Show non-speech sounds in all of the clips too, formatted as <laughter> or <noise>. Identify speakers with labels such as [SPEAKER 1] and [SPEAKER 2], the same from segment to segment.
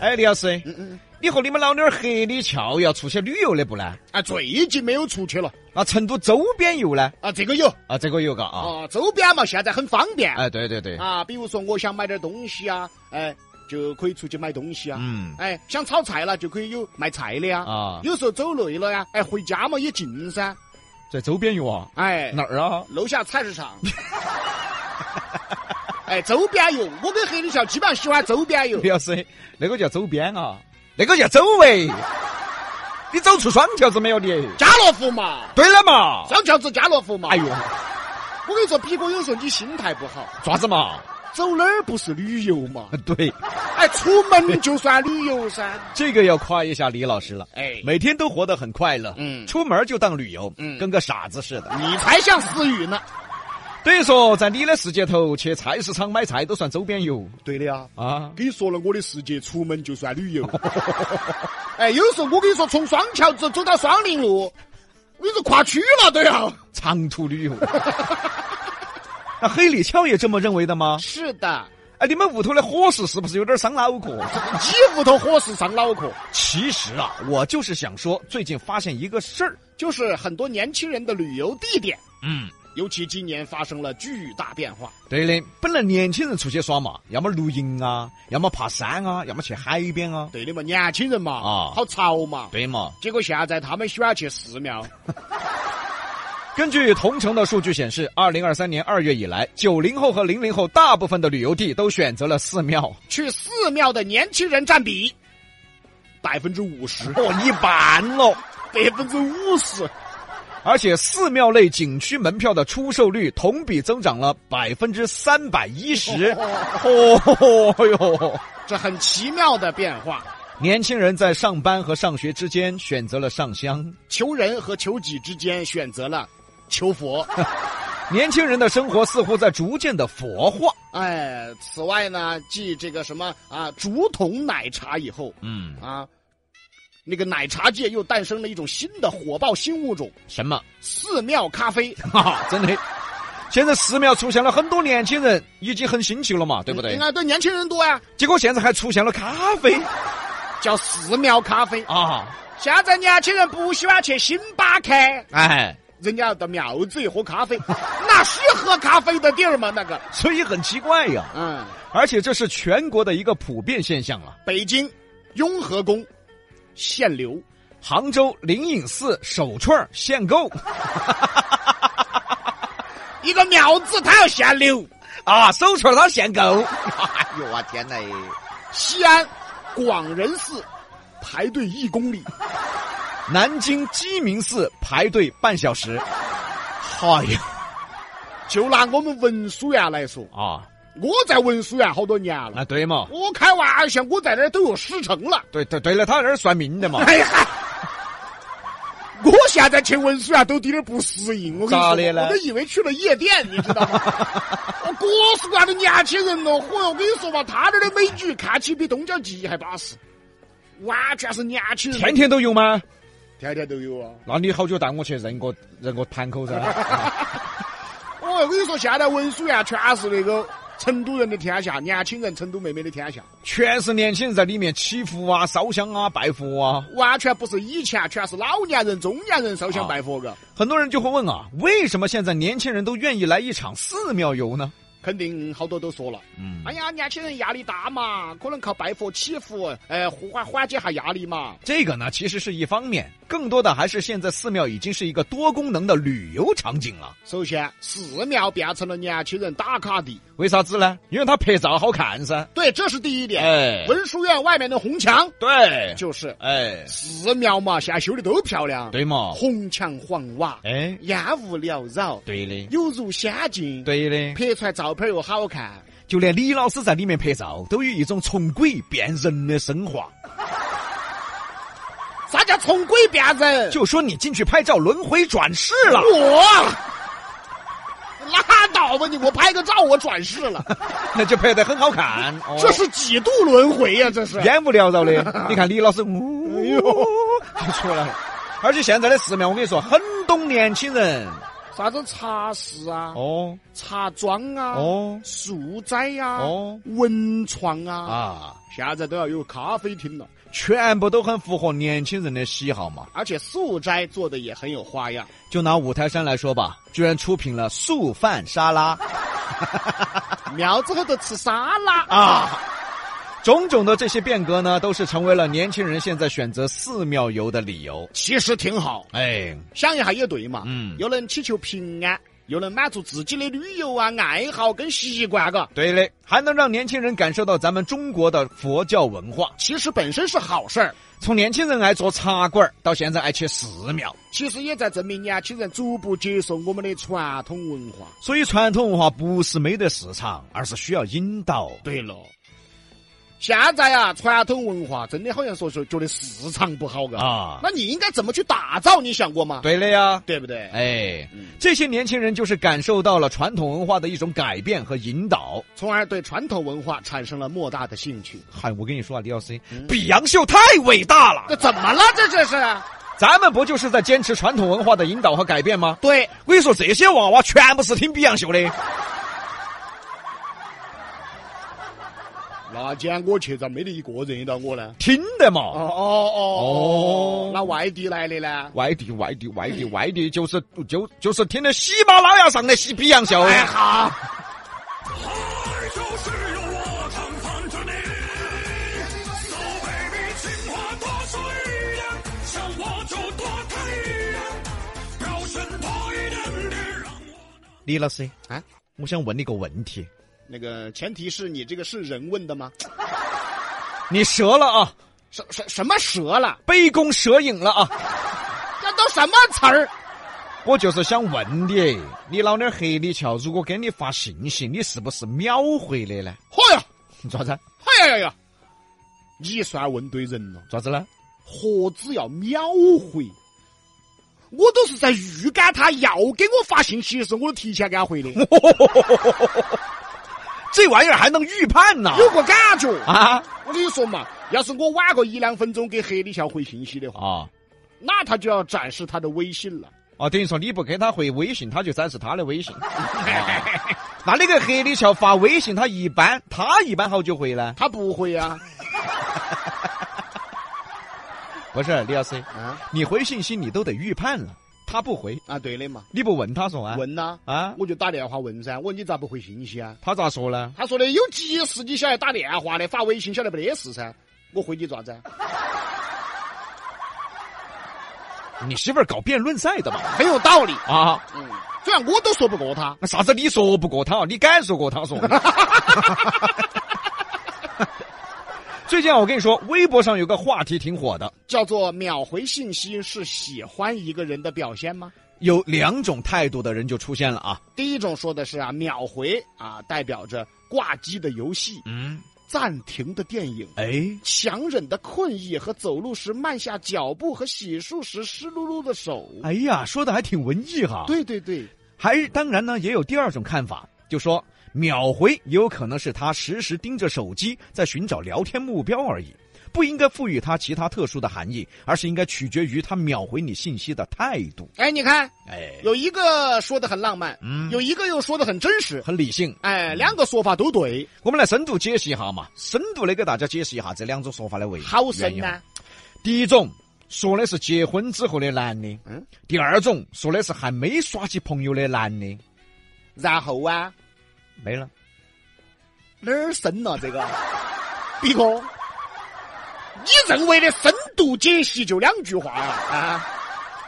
[SPEAKER 1] 哎，李老师，
[SPEAKER 2] 嗯
[SPEAKER 1] 你和你们老妞儿黑李俏要出去旅游的不呢？
[SPEAKER 2] 啊，最近没有出去了
[SPEAKER 1] 那成都周边游呢？
[SPEAKER 2] 啊，这个有
[SPEAKER 1] 啊，这个有个啊。
[SPEAKER 2] 啊，周边嘛，现在很方便
[SPEAKER 1] 哎，对对对，
[SPEAKER 2] 啊，比如说我想买点东西啊，哎，就可以出去买东西啊，
[SPEAKER 1] 嗯
[SPEAKER 2] 哎，想炒菜了就可以有卖菜的呀，
[SPEAKER 1] 啊，
[SPEAKER 2] 有时候走累了呀，哎，回家嘛也近噻，
[SPEAKER 1] 在周边游啊，
[SPEAKER 2] 哎，
[SPEAKER 1] 哪儿啊？
[SPEAKER 2] 楼下菜市场。 <laughs> 哎，周边游，我跟黑李笑基本上喜欢
[SPEAKER 1] <laughs>
[SPEAKER 2] 周边游
[SPEAKER 1] 李。老师，那个叫周边啊，那个叫走位。你走出双条子没有你？
[SPEAKER 2] 家乐福嘛，
[SPEAKER 1] 对了嘛。
[SPEAKER 2] 双桥子家乐福嘛。
[SPEAKER 1] 哎呦，
[SPEAKER 2] 我跟你说，皮哥有时候你心态不好，
[SPEAKER 1] 爪子嘛， <laughs>
[SPEAKER 2] 走哪儿不是旅游嘛？
[SPEAKER 1] 对，
[SPEAKER 2] 哎，出门就算旅游噻。
[SPEAKER 1] 这个要夸一下李老师了。
[SPEAKER 2] 哎，
[SPEAKER 1] 每天都活得很快乐，
[SPEAKER 2] 嗯
[SPEAKER 1] 出门就当旅游，
[SPEAKER 2] 嗯
[SPEAKER 1] 跟个傻子似的。
[SPEAKER 2] 你才像死鱼呢。
[SPEAKER 1] 等于说，在你的世界头，去菜市场买菜都算周边游
[SPEAKER 2] 对的呀，
[SPEAKER 1] 啊。
[SPEAKER 2] 跟你说了，我的世界出门就算旅游。 <laughs> 哎，有时候我跟你说，从双桥子走到双林路，我跟你说跨区了都要。
[SPEAKER 1] 长途旅游。那黑李俏也这么认为的吗？
[SPEAKER 2] 是的，
[SPEAKER 1] 哎，你们屋头的伙食是不是有点伤脑壳？
[SPEAKER 2] 你屋头伙食伤脑壳，
[SPEAKER 1] 其实啊，我就是想说，最近发现一个事儿。
[SPEAKER 2] 就是很多年轻人的旅游地点，
[SPEAKER 1] 嗯，
[SPEAKER 2] 尤其今年发生了巨大变化。
[SPEAKER 1] 对的，本来年轻人出去耍嘛，要么露营啊，要么爬山啊，要么去海边啊，
[SPEAKER 2] 对的嘛，年轻人嘛，
[SPEAKER 1] 啊
[SPEAKER 2] 好潮嘛。
[SPEAKER 1] 对嘛。
[SPEAKER 2] 结果现在他们喜欢去寺庙，
[SPEAKER 1] 根据同城的数据显示，二零二三年二月以来，九零后和零零后大部分的旅游地都选择了寺庙。
[SPEAKER 2] 去寺庙的年轻人占比百分之五十，
[SPEAKER 1] 哦，一半喽。
[SPEAKER 2] 百分之五十。
[SPEAKER 1] 而且寺庙类景区门票的出售率同比增长了百分之三百一 <laughs> 十。哦哟，
[SPEAKER 2] 这很奇妙的变化。
[SPEAKER 1] 年轻人在上班和上学之间选择了上香，
[SPEAKER 2] 求人和求己之间选择了求佛。
[SPEAKER 1] 年轻人的生活似乎在逐渐的佛化。
[SPEAKER 2] 哎，此外呢，继这个什么啊竹筒奶茶以后
[SPEAKER 1] 嗯，
[SPEAKER 2] 啊，那个奶茶界又诞生了一种新的火爆新物种
[SPEAKER 1] 什么？
[SPEAKER 2] ——寺庙咖啡，
[SPEAKER 1] 哈、哈，啊真的。现在寺庙出现了很多年轻人，已经很新奇了嘛，对不对
[SPEAKER 2] 应？该对年轻人多呀、
[SPEAKER 1] 结果现在还出现了咖啡
[SPEAKER 2] 叫寺庙咖啡。
[SPEAKER 1] 啊！
[SPEAKER 2] 现在年轻人不喜欢去星巴克，
[SPEAKER 1] 哎，
[SPEAKER 2] 人家要到庙子里喝咖啡， <laughs> 那是喝咖啡的地儿吗？那个，
[SPEAKER 1] 所以很奇怪呀。
[SPEAKER 2] 嗯，
[SPEAKER 1] 而且这是全国的一个普遍现象啊了。
[SPEAKER 2] 北京雍和宫限流。
[SPEAKER 1] 杭州灵隐寺手串儿限购
[SPEAKER 2] 一个庙子它要限流。
[SPEAKER 1] 啊，手串儿它限购。
[SPEAKER 2] 哎呦我天哪！西安广仁寺排队一公里，
[SPEAKER 1] 南京鸡鸣寺排队半小时。哎呀
[SPEAKER 2] 就拿我们文殊院来说，
[SPEAKER 1] 啊，
[SPEAKER 2] 我在文殊院好多年了，
[SPEAKER 1] 那对嘛，
[SPEAKER 2] 我开玩笑，我在那儿都有师承了。
[SPEAKER 1] 对对对了，他那儿算命的 <laughs> 嘛，
[SPEAKER 2] 哎嗨！我现在去文殊院都有点不适应，我跟你
[SPEAKER 1] 咋
[SPEAKER 2] 说，
[SPEAKER 1] 的呢
[SPEAKER 2] 我都以为去了夜店，你知道
[SPEAKER 1] <laughs>
[SPEAKER 2] 吗？我哥是惯的年轻人了，嚯！我跟你说嘛，他那儿的美剧看起比东郊记忆还巴适，完全是年轻人的
[SPEAKER 1] 天天都有吗？
[SPEAKER 2] 天天都有啊！
[SPEAKER 1] 那你好久带我去认个认个盘口噻？ <laughs>
[SPEAKER 2] 哦，我跟你说，现在文殊啊院全是那个成都人的天下，年轻人成都妹妹的天下，
[SPEAKER 1] 全是年轻人在里面祈福啊、烧香啊、拜佛啊。
[SPEAKER 2] 完全不是以前全是老年人、中年人烧香拜佛个，
[SPEAKER 1] 很多人就会问啊，为什么现在年轻人都愿意来一场寺庙游呢？
[SPEAKER 2] 肯定好多都说了，
[SPEAKER 1] 嗯
[SPEAKER 2] 哎，呀，年轻人压力大嘛，可能靠拜佛祈福，哎、缓缓解下压力嘛。
[SPEAKER 1] 这个呢，其实是一方面，更多的还是现在寺庙已经是一个多功能的旅游场景了。
[SPEAKER 2] 首先，寺庙变成了年轻人打卡地，
[SPEAKER 1] 为啥子呢？因为它拍照好看噻。
[SPEAKER 2] 对，这是第一点。
[SPEAKER 1] 哎
[SPEAKER 2] 文殊院外面的红墙
[SPEAKER 1] 对，
[SPEAKER 2] 就是
[SPEAKER 1] 哎，
[SPEAKER 2] 寺庙嘛，现在修的都漂亮，
[SPEAKER 1] 对嘛，
[SPEAKER 2] 红墙黄瓦，
[SPEAKER 1] 哎，
[SPEAKER 2] 烟雾缭绕，
[SPEAKER 1] 对的，
[SPEAKER 2] 有如仙境。
[SPEAKER 1] 对的。
[SPEAKER 2] 拍出来照片又好看，
[SPEAKER 1] 就连李老师在里面拍照，都有一种从鬼变人的升华。
[SPEAKER 2] 啥叫从鬼变人？
[SPEAKER 1] 就说你进去拍照，轮回转世了。
[SPEAKER 2] 我拉倒吧你！我拍个照，我转世了，
[SPEAKER 1] 那就拍得很好看。哦
[SPEAKER 2] 这是几度轮回呀、这是。
[SPEAKER 1] 烟雾缭绕
[SPEAKER 2] <laughs>
[SPEAKER 1] 的。你看李老师，呜、
[SPEAKER 2] 哎呦
[SPEAKER 1] 就出来了。而且现在的寺庙，我跟你说，很懂年轻人。
[SPEAKER 2] 啥子茶室啊、
[SPEAKER 1] 哦
[SPEAKER 2] 茶庄啊、
[SPEAKER 1] 哦
[SPEAKER 2] 树斋呀、
[SPEAKER 1] 哦
[SPEAKER 2] 文创啊，
[SPEAKER 1] 啊，
[SPEAKER 2] 现在都要有咖啡厅了，
[SPEAKER 1] 全部都很符合年轻人的喜好嘛。
[SPEAKER 2] 而且素斋做的也很有
[SPEAKER 1] <laughs>
[SPEAKER 2] 花样。
[SPEAKER 1] 就拿五台山来说吧，居然出品了素饭沙拉
[SPEAKER 2] 苗子后头吃沙拉
[SPEAKER 1] 啊！种种的这些变革呢，都是成为了年轻人现在选择寺庙游的理由。
[SPEAKER 2] 其实挺好，
[SPEAKER 1] 哎，
[SPEAKER 2] 想一下也对嘛，
[SPEAKER 1] 嗯
[SPEAKER 2] 又能祈求平安，又能满足自己的旅游啊爱好跟习惯，啊嘎，
[SPEAKER 1] 对嘞，还能让年轻人感受到咱们中国的佛教文化。
[SPEAKER 2] 其实本身是好事儿，
[SPEAKER 1] 从年轻人爱做茶馆儿，到现在爱去寺庙，
[SPEAKER 2] 其实也在证明年轻人逐步接受我们的传统文化。
[SPEAKER 1] 所以传统文化不是没得市场，而是需要引导。
[SPEAKER 2] 对了。现在呀、传统文化真的好像说是觉得市场不好，嘎、
[SPEAKER 1] 啊
[SPEAKER 2] 那你应该怎么去打造？你想过吗？
[SPEAKER 1] 对了呀，
[SPEAKER 2] 对不对？
[SPEAKER 1] 哎
[SPEAKER 2] 嗯，
[SPEAKER 1] 这些年轻人就是感受到了传统文化的一种改变和引导。
[SPEAKER 2] 从而对传统文化产生了莫大的兴趣。
[SPEAKER 1] 嗨，我跟你说啊，李老师，比杨秀太伟大
[SPEAKER 2] 这 <laughs>
[SPEAKER 1] 了。
[SPEAKER 2] 怎么了？这这是？
[SPEAKER 1] 咱们不就是在坚持传统文化的引导和改变吗？
[SPEAKER 2] 对，
[SPEAKER 1] 我跟你说，这些娃娃全部是听比杨秀的。
[SPEAKER 2] 那既然我去咋没得一个认到我呢？
[SPEAKER 1] 听的嘛。
[SPEAKER 2] 哦哦哦
[SPEAKER 1] 哦
[SPEAKER 2] 那外地来的呢？
[SPEAKER 1] 外地，外地，外地，外地，就是就就是听的喜马拉雅上的西比洋秀。
[SPEAKER 2] 哎好，
[SPEAKER 3] 爱就是有我常伴着你。So baby，情话多说一点，想我就多看一眼，表现多一点点，让我。
[SPEAKER 1] 李老师
[SPEAKER 2] 啊，
[SPEAKER 1] 我想问你个问题，
[SPEAKER 2] 那个前提是你这个是人问的吗？
[SPEAKER 1] 你折了啊，
[SPEAKER 2] 什什什么蛇了？
[SPEAKER 1] 杯弓蛇影了啊！
[SPEAKER 2] 这都什么词儿？
[SPEAKER 1] 我就是想问你，你老娘黑你桥，如果给你发信息，你是不是秒回的 <laughs> 呢？
[SPEAKER 2] 嚯哎呀，
[SPEAKER 1] 咋子？
[SPEAKER 2] 嚯呀呀哎呀！你算问对人了，
[SPEAKER 1] 咋子呢？
[SPEAKER 2] 何止要秒回？我都是在预感他要给我发信息的时候，我都提前给他回的，
[SPEAKER 1] 这玩意儿还能预判呢？
[SPEAKER 2] 有个感觉。
[SPEAKER 1] 啊
[SPEAKER 2] 我跟你说嘛，要是我晚个一两分钟给黑李笑回信息的话，
[SPEAKER 1] 啊
[SPEAKER 2] 那他就要展示他的威信了。
[SPEAKER 1] 哦，等于说你不给他回微信，他就展示他的微信。 <laughs> 那那个黑李桥发微信，他一般他一般好久回呢？
[SPEAKER 2] 他不啊会呀、
[SPEAKER 1] 不是李老师，
[SPEAKER 2] 啊，
[SPEAKER 1] 你回信息你都得预判了，他不回，
[SPEAKER 2] 啊，对的嘛，
[SPEAKER 1] 你不问他说啊？
[SPEAKER 2] 问呐、
[SPEAKER 1] 啊，
[SPEAKER 2] 我就打电话问噻，我说你咋不回信息啊？
[SPEAKER 1] 他咋说呢？
[SPEAKER 2] 他说的有急事，你晓得打电话的，发微信晓得没得事噻。我回你爪子？啊
[SPEAKER 1] 你媳妇儿搞辩论赛的嘛？
[SPEAKER 2] 很有道理，
[SPEAKER 1] 啊，
[SPEAKER 2] 嗯，虽然我都说不过他，
[SPEAKER 1] 那啥子你说不过他，你敢说过 <laughs> 他说？最近啊，我跟你说，微博上有个话题挺火的，
[SPEAKER 2] 叫做秒回信息是喜欢一个人的表现吗？
[SPEAKER 1] 有两种态度的人就出现了啊。
[SPEAKER 2] 第一种说的是啊，秒回啊，代表着挂机的游戏、
[SPEAKER 1] 嗯，
[SPEAKER 2] 暂停的电影、
[SPEAKER 1] 哎，
[SPEAKER 2] 强忍的困意和走路时慢下脚步和洗漱时湿漉漉的手。
[SPEAKER 1] 哎呀，说的还挺文艺哈。，
[SPEAKER 2] 对对对，
[SPEAKER 1] 还当然呢，也有第二种看法，就说秒回也有可能是他时时盯着手机，在寻找聊天目标而已，不应该赋予他其他特殊的含义，而是应该取决于他秒回你信息的态度。
[SPEAKER 2] 哎，你看，
[SPEAKER 1] 哎，
[SPEAKER 2] 有一个说的很浪漫，
[SPEAKER 1] 嗯
[SPEAKER 2] 有一个又说的很真实，
[SPEAKER 1] 很理性。
[SPEAKER 2] 哎，两个说法都对，
[SPEAKER 1] 我们来深度解析一下嘛，深度的给大家解释一下这两种说法的为
[SPEAKER 2] 好深啊呐、
[SPEAKER 1] 原因第一种说的是结婚之后的男的，
[SPEAKER 2] 嗯
[SPEAKER 1] 第二种说的是还没耍起朋友的男的，
[SPEAKER 2] 然后啊，
[SPEAKER 1] 没了。
[SPEAKER 2] 哪儿深了这个？毕哥，你认为的深度解析就两句话呀、啊？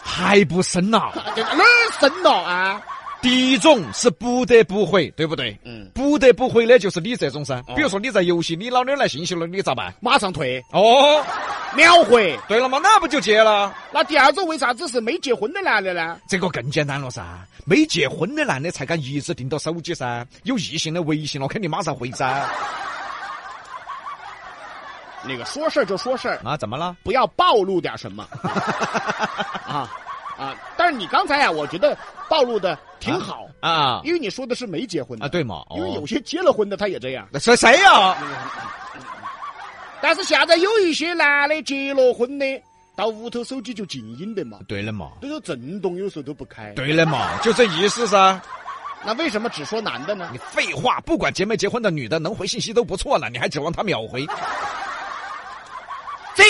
[SPEAKER 1] 还不深呐、啊
[SPEAKER 2] <laughs> 这个哪儿深了啊？
[SPEAKER 1] 第一种是不得不回，对不对？
[SPEAKER 2] 嗯，
[SPEAKER 1] 不得不回的就是你这种噻
[SPEAKER 2] 哦。
[SPEAKER 1] 比如说你在游戏，你老娘来信息了，你咋办？
[SPEAKER 2] 马上退，
[SPEAKER 1] 哦，
[SPEAKER 2] 秒回。
[SPEAKER 1] 对了嘛，那不就结了？
[SPEAKER 2] 那第二种为啥子是没结婚的男的呢？
[SPEAKER 1] 这个更简单了噻，没结婚的男的才敢一直盯到手机噻，有异性的微信了，肯定马上回噻。
[SPEAKER 2] 那个说事儿就说事儿，
[SPEAKER 1] 啊，怎么了？
[SPEAKER 2] 不要暴露点
[SPEAKER 1] <laughs>
[SPEAKER 2] 什么啊啊！但是你刚才呀、我觉得暴露的挺好，
[SPEAKER 1] 啊
[SPEAKER 2] 因为你说的是没结婚的
[SPEAKER 1] 啊，，对嘛？
[SPEAKER 2] 因为有
[SPEAKER 1] 哦，
[SPEAKER 2] 些结了婚的他也这样。
[SPEAKER 1] 那谁谁呀、
[SPEAKER 2] 但是现在有一些男的结了婚的，到屋头手机就静音的嘛，
[SPEAKER 1] 对了嘛，
[SPEAKER 2] 所以说震动有时候都不开。
[SPEAKER 1] 对了嘛，就这意思噻。
[SPEAKER 2] 那为什么只说男的呢
[SPEAKER 1] 你？废话，不管结没结婚的女的能回信息都不错了，你还指望她秒回？
[SPEAKER 2] 这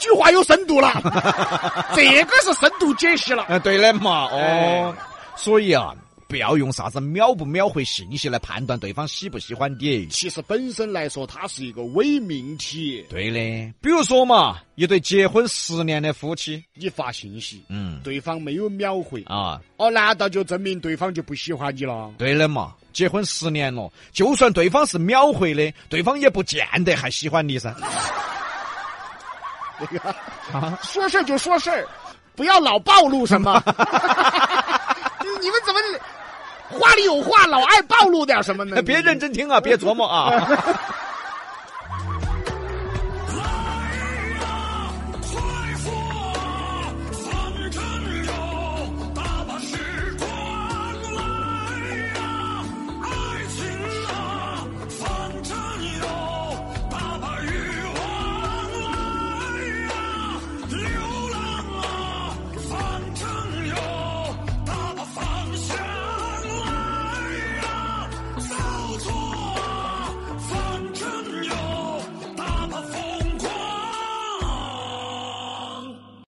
[SPEAKER 2] 句话有
[SPEAKER 1] <laughs>
[SPEAKER 2] 深度了，这个是深度解析了。
[SPEAKER 1] 啊，对了嘛，
[SPEAKER 2] 哎
[SPEAKER 1] 哦，所以啊，不要用啥子秒不秒回信息来判断对方喜不喜欢你。
[SPEAKER 2] 其实本身来说，它是一个伪命题。
[SPEAKER 1] 对的，比如说嘛，一对结婚十年的夫妻，
[SPEAKER 2] 你发信息，
[SPEAKER 1] 嗯
[SPEAKER 2] 对方没有秒回，
[SPEAKER 1] 啊，
[SPEAKER 2] 哦，难道就证明对方就不喜欢你了？
[SPEAKER 1] 对了嘛，结婚十年了，就算对方是秒回的，对方也不见得还喜欢你噻。
[SPEAKER 2] 那个
[SPEAKER 1] 啊，
[SPEAKER 2] 说事儿就说事儿，不要老暴露
[SPEAKER 1] <laughs>
[SPEAKER 2] 什么。你们怎么
[SPEAKER 1] 哎
[SPEAKER 2] 话里有话，老爱暴露点什么呢？哎
[SPEAKER 1] 别认真听啊，别琢磨啊。